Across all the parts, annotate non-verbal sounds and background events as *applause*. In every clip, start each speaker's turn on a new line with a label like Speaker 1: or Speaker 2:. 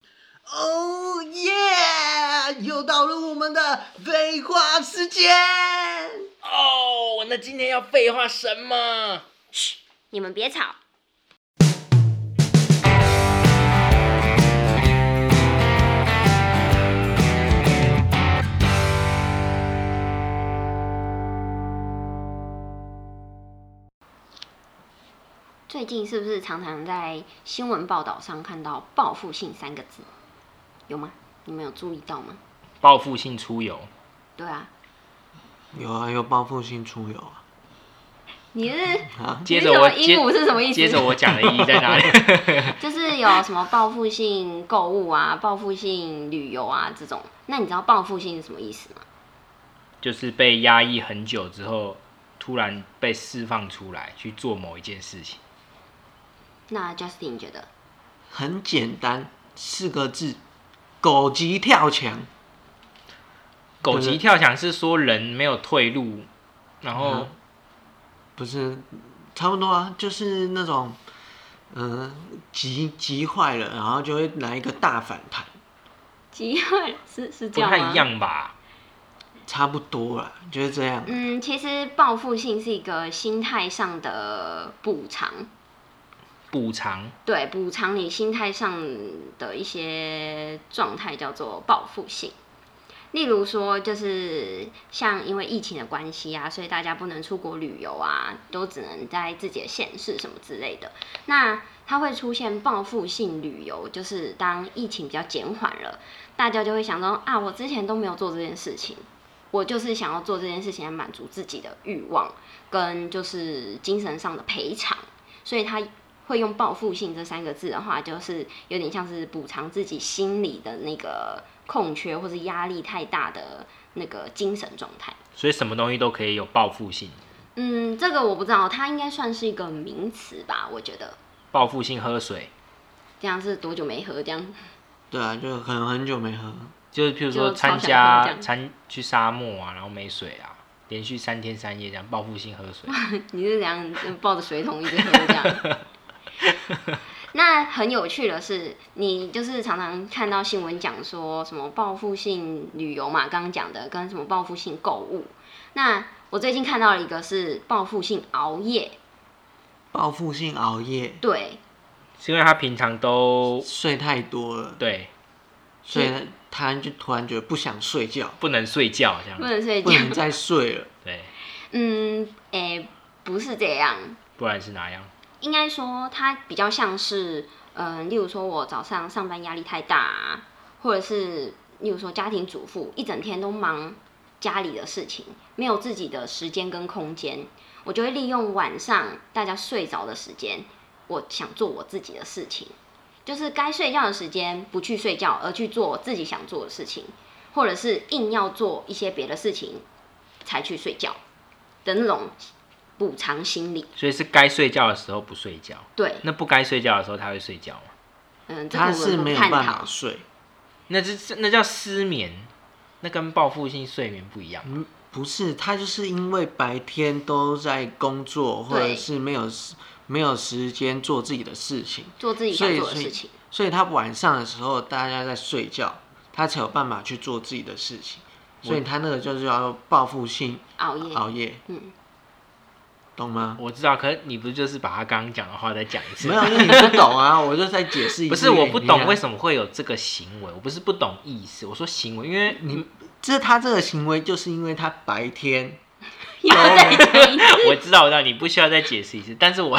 Speaker 1: 家 Oh 又到了我们的废话时间。
Speaker 2: 哦，那今天要废话什么？
Speaker 3: 嘘，你们别吵。最近是不是常常在新闻报道上看到“报复性”三个字？有吗？你们有注意到吗？
Speaker 2: 报复性出游，
Speaker 3: 对啊，
Speaker 1: 有啊，有报复性出游啊。
Speaker 3: 你是
Speaker 1: 啊，
Speaker 2: 接着我
Speaker 3: 你怎么鹦鹉是什么意思
Speaker 2: 接着我讲的意义
Speaker 3: *laughs*
Speaker 2: 在哪里？
Speaker 3: 就是有什么报复性购物啊、 *laughs* 报复性旅游啊这种。那你知道报复性是什么意思吗？
Speaker 2: 就是被压抑很久之后，突然被释放出来去做某一件事情。
Speaker 3: 那 Justin 你觉得
Speaker 1: 很简单，四个字，狗急跳墙。
Speaker 2: 狗急跳墙是说人没有退路，然后
Speaker 1: 嗯不是，差不多啊，就是那种，嗯、急急坏了，然后就会来一个大反弹，
Speaker 3: 急坏是是
Speaker 2: 不
Speaker 3: 这样
Speaker 2: 太
Speaker 3: 吗？
Speaker 2: 一样吧？
Speaker 1: 差不多啦，就是这样。
Speaker 3: 嗯，其实报复性是一个心态上的补偿，
Speaker 2: 补偿
Speaker 3: 对，补偿你心态上的一些状态叫做报复性。例如说，就是像因为疫情的关系啊，所以大家不能出国旅游啊，都只能在自己的县市什么之类的。那它会出现报复性旅游，就是当疫情比较减缓了，大家就会想说啊，我之前都没有做这件事情，我就是想要做这件事情来满足自己的欲望，跟就是精神上的赔偿。所以他会用报复性这三个字的话，就是有点像是补偿自己心里的那个空缺或是压力太大的那个精神状态。
Speaker 2: 所以什么东西都可以有报复性，
Speaker 3: 嗯，这个我不知道，它应该算是一个名词吧？我觉得
Speaker 2: 报复性喝水
Speaker 3: 这样是多久没喝这样？
Speaker 1: 对啊，就可能很久没喝，
Speaker 2: 就是譬如说
Speaker 3: 就超想
Speaker 2: 参
Speaker 3: 喝这
Speaker 2: 加
Speaker 3: 样
Speaker 2: 参去沙漠啊，然后没水啊，连续三天三夜这样报复性喝水。
Speaker 3: 你是怎样抱着水桶一直喝这样？那很有趣的是，你就是常常看到新闻讲说什么报复性旅游嘛，刚刚讲的跟什么报复性购物。那我最近看到了一个是报复性熬夜，
Speaker 1: 报复性熬夜，
Speaker 3: 对，
Speaker 2: 是因为他平常都
Speaker 1: 睡太多了，
Speaker 2: 对
Speaker 1: 所以他就突然觉得不想睡觉，
Speaker 2: 不能睡觉这
Speaker 3: 不
Speaker 2: 样，
Speaker 3: 能睡
Speaker 1: 不
Speaker 3: 觉。
Speaker 1: 能再睡了。
Speaker 2: 对，
Speaker 3: 嗯，诶、不是这样，
Speaker 2: 不然是哪样？
Speaker 3: 应该说它比较像是，嗯、例如说我早上上班压力太大、啊，或者是例如说家庭主妇一整天都忙家里的事情，没有自己的时间跟空间，我就会利用晚上大家睡着的时间，我想做我自己的事情，就是该睡觉的时间不去睡觉，而去做我自己想做的事情，或者是硬要做一些别的事情才去睡觉的那种补偿心理，
Speaker 2: 所以是该睡觉的时候不睡觉，
Speaker 3: 对。
Speaker 2: 那不该睡觉的时候他会睡觉吗？
Speaker 3: 嗯，这个
Speaker 1: 他
Speaker 3: 我
Speaker 1: 是
Speaker 3: 们
Speaker 1: 没
Speaker 3: 不
Speaker 1: 有
Speaker 3: 探
Speaker 1: 办
Speaker 3: 讨
Speaker 1: 法。睡，
Speaker 2: 那这那叫失眠，那跟报复性睡眠不一样。
Speaker 1: 不是他就是因为白天都在工作，或者
Speaker 3: 对
Speaker 1: 是没有时没有时间做自己的事情，
Speaker 3: 做自己
Speaker 1: 所
Speaker 3: 想
Speaker 1: 以
Speaker 3: 做的
Speaker 1: 所以
Speaker 3: 事情。
Speaker 1: 所以他晚上的时候大家在睡觉，他才有办法去做自己的事情，所以他那个就是要报复性
Speaker 3: 熬夜， *laughs*
Speaker 1: 熬夜，
Speaker 3: 嗯，
Speaker 1: 懂吗？
Speaker 2: 我知道，可是你不就是把他刚刚讲的话再讲一次
Speaker 1: 没？有，因为你不懂啊，我就在解释一次
Speaker 2: 不是，我不懂为
Speaker 1: 么
Speaker 2: 什么会有这个行为，我不是不懂意思，我说行为，因为你
Speaker 1: 这他这个行为，就是因为他白天
Speaker 3: 又
Speaker 1: 哦
Speaker 3: 在讲一次
Speaker 2: *laughs* 我知道，我知道，你不需要再解释一次，但是我？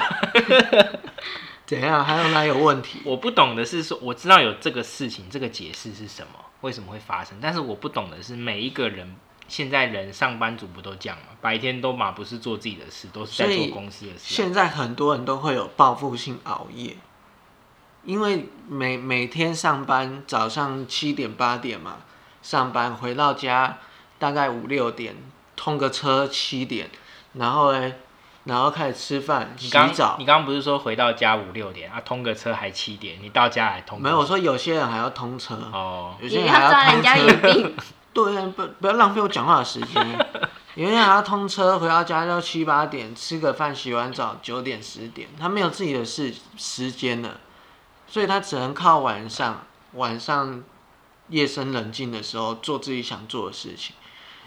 Speaker 1: 怎样，还有哪有问题
Speaker 2: 我不懂的是说，我知道有这个事情，这个解释是什么，为什么会发生，但是我不懂的是，每一个人现在人上班族不都这样吗？白天都嘛不是做自己的事，都是在
Speaker 1: 所
Speaker 2: 做
Speaker 1: 以
Speaker 2: 公司的事啊、
Speaker 1: 现在很多人都会有报复性熬夜，因为每每天上班早上七点八点嘛，上班回到家大概五六点，通个车七点，然后呢，然后开始吃饭、
Speaker 2: 你
Speaker 1: 洗
Speaker 2: 刚
Speaker 1: 澡
Speaker 2: 你。刚刚不是说回到家五六点啊，通个车还七点，你到家还通个
Speaker 1: 没有，我说有些人还要通车，
Speaker 2: 哦，
Speaker 1: *laughs* 有些
Speaker 3: 你
Speaker 1: 人还
Speaker 3: 要抓
Speaker 1: 通
Speaker 3: 人家
Speaker 1: 车。 *laughs*
Speaker 3: 眼病，
Speaker 1: 对啊，不不要浪费我讲话的时间。有些人还要通车回到家要七八点，吃个饭，洗完澡九点十点，他没有自己的事时间了，所以他只能靠晚上晚上夜深人静的时候做自己想做的事情，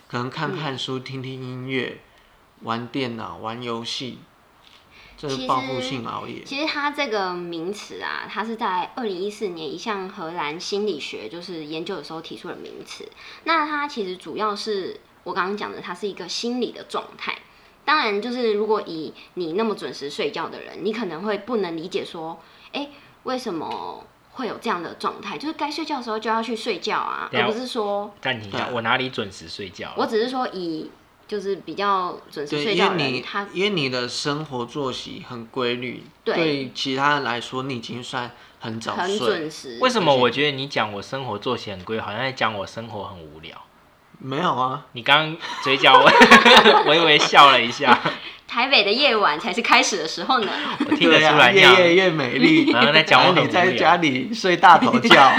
Speaker 1: 可能看看书、听听音乐、玩电脑、玩游戏，这
Speaker 3: 其
Speaker 1: 是
Speaker 3: 实
Speaker 1: 报复性熬夜。
Speaker 3: 其实它这个名词啊，它是在二零一四年一项荷兰心理学就是研究的时候提出的名词。那它其实主要是我刚刚讲的，它是一个心理的状态。当然，就是如果以你那么准时睡觉的人，你可能会不能理解说，哎，为什么会有这样的状态？就是该睡觉的时候就要去睡觉啊，
Speaker 2: 对
Speaker 3: 而
Speaker 2: 啊
Speaker 3: 不是说，
Speaker 2: 暂停一下，
Speaker 1: 对
Speaker 2: 我哪里准时睡觉啊
Speaker 3: 我
Speaker 2: 了？
Speaker 3: 只是说以就是比较准时
Speaker 1: 对，
Speaker 3: 睡
Speaker 1: 因
Speaker 3: 觉
Speaker 1: 为
Speaker 3: 的人，
Speaker 1: 你
Speaker 3: 他
Speaker 1: 因为你的生活作息很规律，
Speaker 3: 对
Speaker 1: 对其他人来说你已经算很早
Speaker 3: 很
Speaker 1: 睡，
Speaker 3: 准时。
Speaker 2: 为什么我觉得你讲我生活作息很规律，好像在讲我生活很无聊？
Speaker 1: 没有啊？
Speaker 2: 你刚刚嘴角 *laughs* 我微微笑了一
Speaker 1: *laughs*
Speaker 2: 下，
Speaker 3: 台北的夜晚才是开始的时候呢。
Speaker 2: 我听得
Speaker 1: 对啊
Speaker 2: 出来你
Speaker 1: 越
Speaker 2: 好
Speaker 1: 夜
Speaker 3: *laughs*
Speaker 1: 越美丽。
Speaker 2: 好像在讲我
Speaker 1: 然
Speaker 2: 很
Speaker 1: 后你
Speaker 2: 无聊
Speaker 1: 在家里睡大头觉，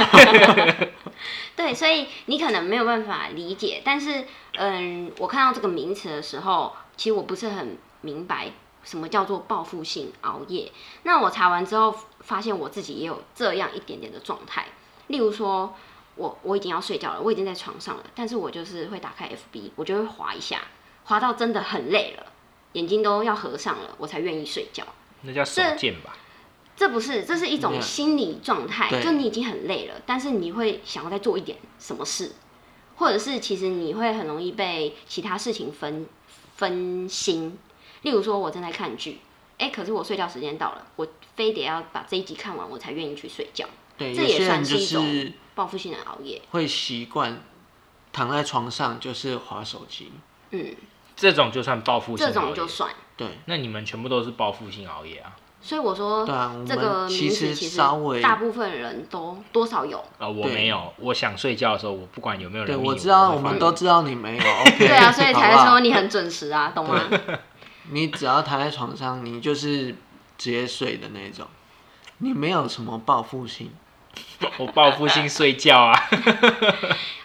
Speaker 3: 对，所以你可能没有办法理解，但是嗯，我看到这个名词的时候，其实我不是很明白什么叫做报复性熬夜。那我查完之后，发现我自己也有这样一点点的状态，例如说。我我已经要睡觉了，我已经在床上了，但是我就是会打开 FB，我就会滑一下，滑到真的很累了，眼睛都要合上了，我才愿意睡觉。
Speaker 2: 那叫手贱吧？
Speaker 3: 这不是，这是一种
Speaker 1: 嗯
Speaker 3: 心理状态，
Speaker 1: 对
Speaker 3: 就你已经很累了，但是你会想要再做一点什么事，或者是其实你会很容易被其他事情分分心。例如说，我正在看剧，哎，可是我睡觉时间到了，我非得要把这一集看完，我才愿意去睡觉。
Speaker 1: 对，
Speaker 3: 这
Speaker 1: 有
Speaker 3: 也
Speaker 1: 些人
Speaker 3: 算
Speaker 1: 就是
Speaker 3: 一种
Speaker 1: 是
Speaker 3: 报复性的熬夜，
Speaker 1: 会习惯躺在床上就是划手机，
Speaker 3: 嗯，
Speaker 2: 这种就算报复性
Speaker 3: 这
Speaker 2: 熬夜
Speaker 3: 种就算。
Speaker 1: 对
Speaker 2: 那你们全部都是报复性熬夜啊？
Speaker 3: 所以我说，
Speaker 1: 对啊，我
Speaker 3: 哦这个
Speaker 1: 们
Speaker 3: 名
Speaker 1: 其
Speaker 3: 词
Speaker 1: 实
Speaker 3: 其实
Speaker 1: 稍微
Speaker 3: 大部分人都多少
Speaker 1: *laughs*
Speaker 3: 有。
Speaker 2: 啊、我
Speaker 1: 对
Speaker 2: 没有，我想睡觉的时候，我不管有没有人
Speaker 1: 对，
Speaker 2: 理
Speaker 1: 我知道，
Speaker 2: 会
Speaker 1: 我们
Speaker 2: 放
Speaker 1: 都知道
Speaker 3: *laughs*
Speaker 1: 你没有，OK，
Speaker 3: 对啊，所以才会
Speaker 1: 好不好
Speaker 3: 说你很准时啊，懂吗？
Speaker 1: 你只要躺在床上，你就是直接睡的那种，你没有什么报复心。
Speaker 2: 我报复性睡觉啊。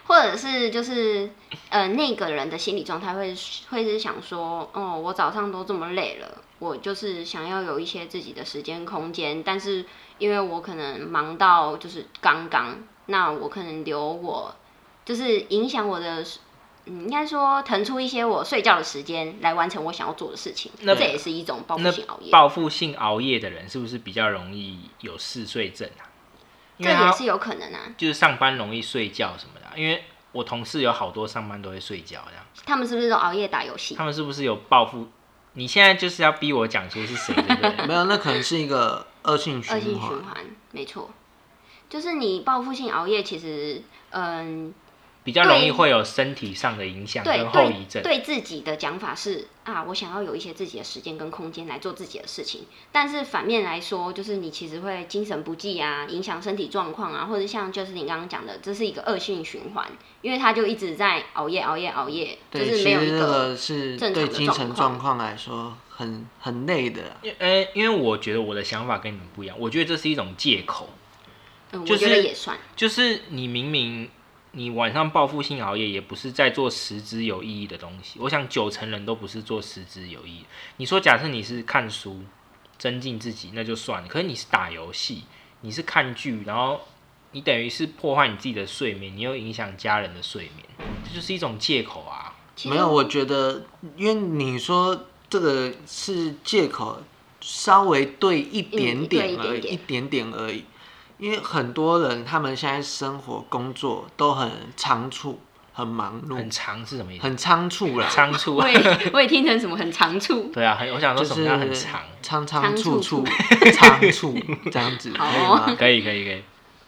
Speaker 3: 或者是就是呃那个人的心理状态会是会是想说，哦，我早上都这么累了，我就是想要有一些自己的时间空间，但是因为我可能忙到就是刚刚，那我可能留我就是影响我的。嗯，应该说腾出一些我睡觉的时间来完成我想要做的事情，
Speaker 2: 那
Speaker 3: 这也是一种报复
Speaker 2: 那
Speaker 3: 性熬夜，
Speaker 2: 报复性熬夜的人是不是比较容易有嗜睡症啊？因
Speaker 3: 这
Speaker 2: 为
Speaker 3: 也
Speaker 2: 他
Speaker 3: 是有可能啊。
Speaker 2: 就是上班容易睡觉什么的啊、因为我同事有好多上班都会睡觉这样，
Speaker 3: 他们是不是都熬夜打游戏？
Speaker 2: 他们是不是有报复？你现在就是要逼我讲出是谁，对不
Speaker 1: *laughs*
Speaker 2: 对？
Speaker 1: 没有，那可能是一个恶性
Speaker 3: 恶性
Speaker 1: 循
Speaker 3: 循
Speaker 1: 环。
Speaker 3: 环，没错，就是你报复性熬夜，其实，嗯，
Speaker 2: 比较容易会有身体上的影响
Speaker 3: 对
Speaker 2: 跟后遗
Speaker 3: 对
Speaker 2: 症。
Speaker 3: 对自己的讲法是啊，我想要有一些自己的时间跟空间来做自己的事情，但是反面来说，就是你其实会精神不济啊，影响身体状况啊，或者像就是你刚刚讲的，这是一个恶性循环，因为他就一直在熬夜熬夜熬夜，就
Speaker 1: 对，
Speaker 3: 是没
Speaker 1: 其
Speaker 3: 有一
Speaker 1: 实这
Speaker 3: 个
Speaker 1: 个是
Speaker 3: 正常
Speaker 1: 对
Speaker 3: 的
Speaker 1: 精
Speaker 3: 状
Speaker 1: 神
Speaker 3: 况
Speaker 1: 状况来说很很累的啊。
Speaker 2: 因呃，因为我觉得我的想法跟你们不一样，我觉得这是一种借口。
Speaker 3: 嗯，
Speaker 2: 就
Speaker 3: 我觉得
Speaker 2: 是
Speaker 3: 也算，
Speaker 2: 就是你明明你晚上报复性熬夜，也不是在做实质有意义的东西。我想九成人都不是做实质有意义。你说，假设你是看书增进自己，那就算了。可是你是打游戏，你是看剧，然后你等于是破坏你自己的睡眠，你又影响家人的睡眠，这就是一种借口啊。
Speaker 3: 其实
Speaker 1: 没有，我觉得，因为你说这个是借口，稍微对一点点
Speaker 3: 嗯
Speaker 1: 而
Speaker 3: 对
Speaker 1: 已，
Speaker 3: 一点点
Speaker 1: 一点点而已。因为很多人他们现在生活工作都很仓促，很忙碌，
Speaker 2: 很长是什么意思？
Speaker 1: 很仓促啦，
Speaker 2: 仓促啊
Speaker 3: 我，也 *laughs* 我也听成什么很长处，
Speaker 2: 对啊，很我想说
Speaker 1: 就
Speaker 2: 什
Speaker 1: 是
Speaker 2: 么叫很
Speaker 1: *laughs*
Speaker 2: 长？
Speaker 1: 仓仓促促
Speaker 3: *laughs* 仓
Speaker 1: 仓促这样子，可
Speaker 3: 好
Speaker 1: 以
Speaker 3: 哦
Speaker 1: 吗？
Speaker 2: 可以可以可以，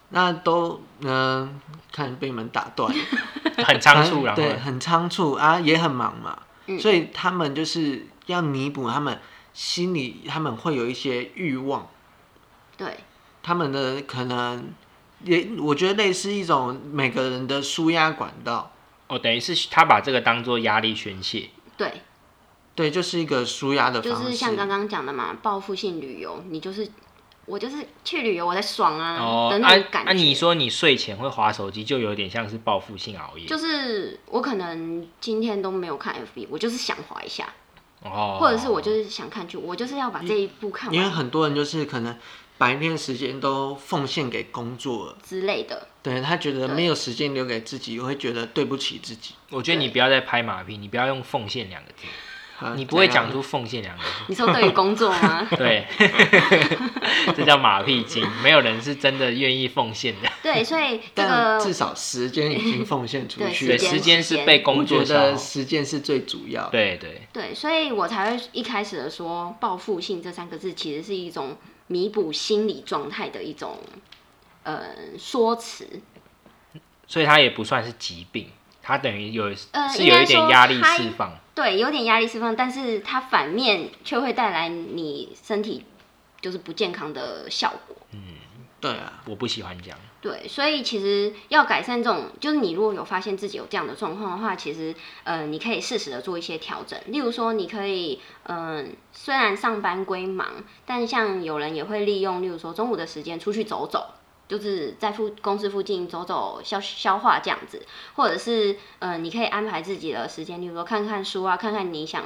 Speaker 1: 那都嗯、看被你们打断，
Speaker 3: *laughs*
Speaker 2: 很仓促，然后
Speaker 1: 对，
Speaker 2: 呢
Speaker 1: 很仓促啊，也很忙嘛，
Speaker 3: 嗯
Speaker 1: 所以他们就是要弥补他们心里，他们会有一些欲望，
Speaker 3: 对，
Speaker 1: 他们的可能也我觉得类似一种每个人的舒压管道，
Speaker 2: 哦，等于是他把这个当做压力宣泄。
Speaker 3: 对。
Speaker 1: 对，就是一个舒压的
Speaker 3: 就
Speaker 1: 方式，
Speaker 3: 是像刚刚讲的嘛，报复性旅游，你就是我就是去旅游，我在爽啊、的那种感
Speaker 2: 啊
Speaker 3: 觉。
Speaker 2: 啊你说你睡前会划手机，就有点像是报复性熬夜，
Speaker 3: 就是我可能今天都没有看 FB，我就是想滑一下，
Speaker 2: 哦，
Speaker 3: 或者是我就是想看剧，我就是要把这一部看
Speaker 1: 因为
Speaker 3: 完。
Speaker 1: 很多人就是可能白天的时间都奉献给工作了，
Speaker 3: 之类的。
Speaker 1: 对他觉得
Speaker 3: 对
Speaker 1: 没有时间留给自己，会觉得对不起自己。
Speaker 2: 我觉得你不要再拍马屁，你不要用奉献两个字，
Speaker 1: 啊
Speaker 2: 你不会
Speaker 1: 怎样
Speaker 2: 讲出奉献两
Speaker 3: *laughs*
Speaker 2: 个字，？
Speaker 3: 你说对于工作吗 *laughs*
Speaker 2: 对， *laughs* 这叫马屁精，没有人是真的愿意奉献的，
Speaker 3: 对，所以这
Speaker 1: 但至
Speaker 3: 个
Speaker 1: 少时间已经奉献出去了。
Speaker 3: 时
Speaker 2: 对，
Speaker 3: 间
Speaker 2: 时间是被
Speaker 1: 我
Speaker 2: 工
Speaker 1: 觉
Speaker 2: 作消
Speaker 1: 得
Speaker 2: 耗，
Speaker 1: 时间是最主要的。
Speaker 2: 对对，
Speaker 3: 对，所以我才会一开始的说报复性这三个字其实是一种弥补心理状态的一种呃说辞。
Speaker 2: 所以它也不算是疾病，它等于有
Speaker 3: 呃
Speaker 2: 是
Speaker 3: 应
Speaker 2: 有
Speaker 3: 该
Speaker 2: 一点
Speaker 3: 说
Speaker 2: 压力
Speaker 3: 它
Speaker 2: 释放，
Speaker 3: 对，有点压力释放，但是它反面却会带来你身体就是不健康的效果。
Speaker 1: 对啊，
Speaker 2: 我不喜欢讲，
Speaker 3: 对，所以其实要改善这种，就是你如果有发现自己有这样的状况的话，其实呃，你可以适时的做一些调整。例如说，你可以嗯、呃虽然上班归忙，但像有人也会利用，例如说中午的时间出去走走，就是在附公司附近走走消消化这样子，或者是呃，你可以安排自己的时间，例如说看看书啊，看看你想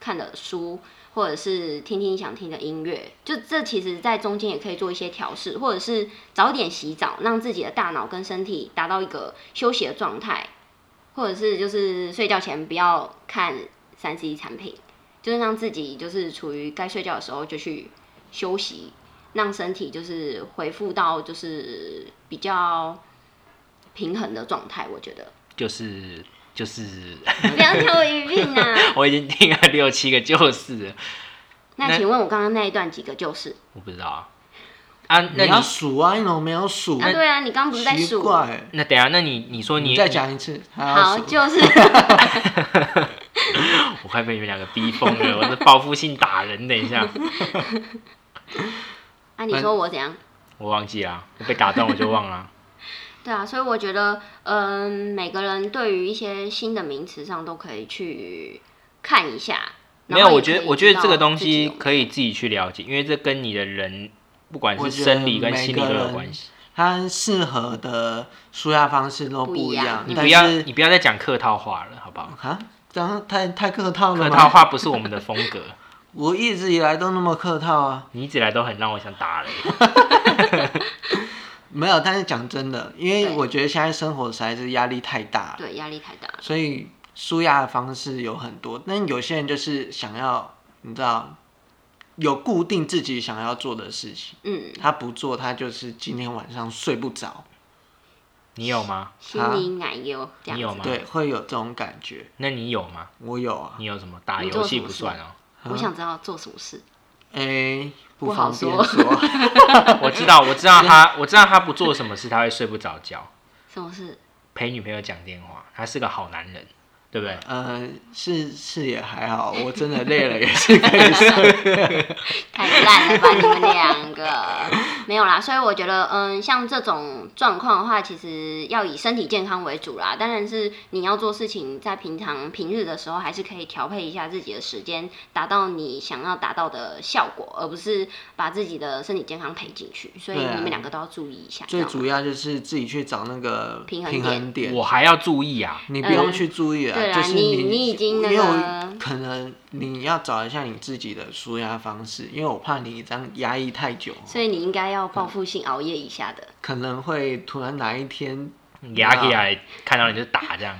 Speaker 3: 看的书，或者是听听你想听的音乐，就这其实在中间也可以做一些调试，或者是早点洗澡，让自己的大脑跟身体达到一个休息的状态，或者是就是睡觉前不要看三 C 产品，就是让自己就是处于该睡觉的时候就去休息，让身体就是恢复到就是比较平衡的状态。我觉
Speaker 1: *laughs*
Speaker 3: 得
Speaker 2: 就是就是，
Speaker 3: 不要挑我语病啊！
Speaker 2: 我已经听了六七个就是了，
Speaker 3: 那请问我刚刚那一段几个就是
Speaker 2: 我不知道啊，啊，那
Speaker 1: 你要
Speaker 2: 你
Speaker 1: 数啊，你怎么没有数？
Speaker 3: 啊？对啊，你刚刚不是在
Speaker 1: 奇
Speaker 3: 数？
Speaker 1: 怪，
Speaker 2: 那等一下，那你你说你
Speaker 1: 你再讲一次，还要
Speaker 3: 好，
Speaker 1: 数。 *laughs*
Speaker 3: 就是
Speaker 2: 我快被你们两个逼疯了，我是报复性打人。等一下，
Speaker 3: 啊，你说我怎样？
Speaker 2: 我忘记了，啊我被打断我就忘了。
Speaker 3: 对啊，所以我觉得，嗯，每个人对于一些新的名词上都可以去看一下。
Speaker 2: 没有，我觉得我觉得这个东西
Speaker 3: 以，
Speaker 2: 可以自己去了解，因为这跟你的人，不管
Speaker 1: 我
Speaker 2: 是
Speaker 1: 觉得
Speaker 2: 生理跟心理都
Speaker 1: 每个
Speaker 2: 有
Speaker 1: 人
Speaker 2: 关系。
Speaker 1: 它适合的舒压方式都
Speaker 3: 不
Speaker 1: 不
Speaker 3: 一
Speaker 1: 一
Speaker 3: 样
Speaker 1: 样。
Speaker 2: 你
Speaker 1: 但
Speaker 2: 不要
Speaker 1: 是
Speaker 2: 你不要再讲客套话了，好不好？
Speaker 1: 啊，这样太太客套了
Speaker 2: 客
Speaker 1: 吗？
Speaker 2: 套话不是我们的风格，
Speaker 1: 我一直以来都那么客套啊，
Speaker 2: 你一直以来都很让我想打人。
Speaker 1: 没有。但是讲真的，因
Speaker 3: 对
Speaker 1: 为我觉得现在生活实在是压力太大，
Speaker 3: 对压力太大了。
Speaker 1: 所以舒压的方式有很多。但有些人就是想要，你知道，有固定自己想要做的事情，
Speaker 3: 嗯，
Speaker 1: 他不做，他就是今天晚上睡不着，
Speaker 2: 你有吗？
Speaker 3: 心理奶油这
Speaker 2: 你有
Speaker 3: 样子。
Speaker 2: 吗？
Speaker 1: 对，会有这种感觉。
Speaker 2: 那你有吗？
Speaker 1: 我有啊，
Speaker 2: 你有什么打
Speaker 3: 你
Speaker 2: 游
Speaker 3: 做
Speaker 2: 戏
Speaker 3: 什么
Speaker 2: 不
Speaker 3: 事
Speaker 2: 算哦？
Speaker 3: 我想知道做什么事。
Speaker 1: 哎、
Speaker 3: 不
Speaker 1: 不
Speaker 3: 好
Speaker 1: 方便
Speaker 3: 说
Speaker 1: 说。 *laughs*
Speaker 2: *laughs* 我知道，我知道他，我知道他不做什么事他会睡不着觉，
Speaker 3: 什么事？
Speaker 2: 陪女朋友讲电话，他是个好男人，对不对？
Speaker 1: 呃，是是也还好，我真的累了也是可
Speaker 3: *laughs*
Speaker 1: 以睡。
Speaker 3: 太烂了吧，你们两个 *laughs* 没有啦。所以我觉得，嗯，像这种状况的话，其实要以身体健康为主啦。当然是你要做事情，在平常平日的时候，还是可以调配一下自己的时间，达到你想要达到的效果，而不是把自己的身体健康赔进去。所以
Speaker 1: 对啊
Speaker 3: 你们两个都要注意一下。
Speaker 1: 最
Speaker 3: 知道吗
Speaker 1: 主要就是自己去找那个
Speaker 3: 平衡
Speaker 1: 衡
Speaker 2: 我还要注意啊，
Speaker 1: 你不用去注意啊，
Speaker 3: 嗯对啦
Speaker 1: 就是
Speaker 3: 你你
Speaker 1: 你
Speaker 3: 已经那个
Speaker 1: 因为我可能你要找一下你自己的舒压方式，因为我怕你这样压抑太久，
Speaker 3: 所以你应该要报复性熬夜一下的。
Speaker 1: 可能会突然哪一天，
Speaker 2: 压起来看到你就打这样。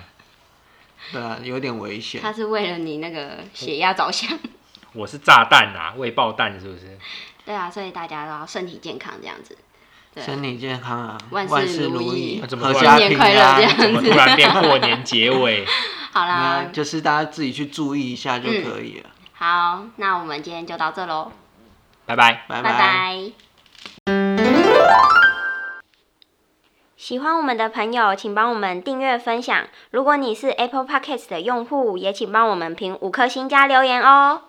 Speaker 1: 对啊，有点危险。
Speaker 3: 他是为了你那个血压着想。
Speaker 2: 我是炸弹啊，未爆弹是不是？
Speaker 3: *laughs* 对啊，所以大家都要身体健康这样子。对
Speaker 1: 身体健康啊，
Speaker 3: 万事
Speaker 1: 事
Speaker 3: 如
Speaker 1: 如
Speaker 3: 意
Speaker 1: 意，
Speaker 2: 那怎么
Speaker 1: 阖
Speaker 2: 突
Speaker 1: 家
Speaker 2: 然
Speaker 1: 平
Speaker 3: 新年快乐这
Speaker 1: 安
Speaker 3: 样。啊
Speaker 2: 怎么突然变过年结尾？
Speaker 3: 好啦
Speaker 1: 那，就是大家自己去注意一下就
Speaker 3: 嗯
Speaker 1: 可以了，
Speaker 3: 好，那我们今天就到这喽，
Speaker 2: 拜拜。
Speaker 3: 拜
Speaker 1: 拜拜
Speaker 3: 拜。喜欢我们的朋友，请帮我们订阅分享。如果你是 Apple Podcast 的用户，也请帮我们评五颗星加留言哦。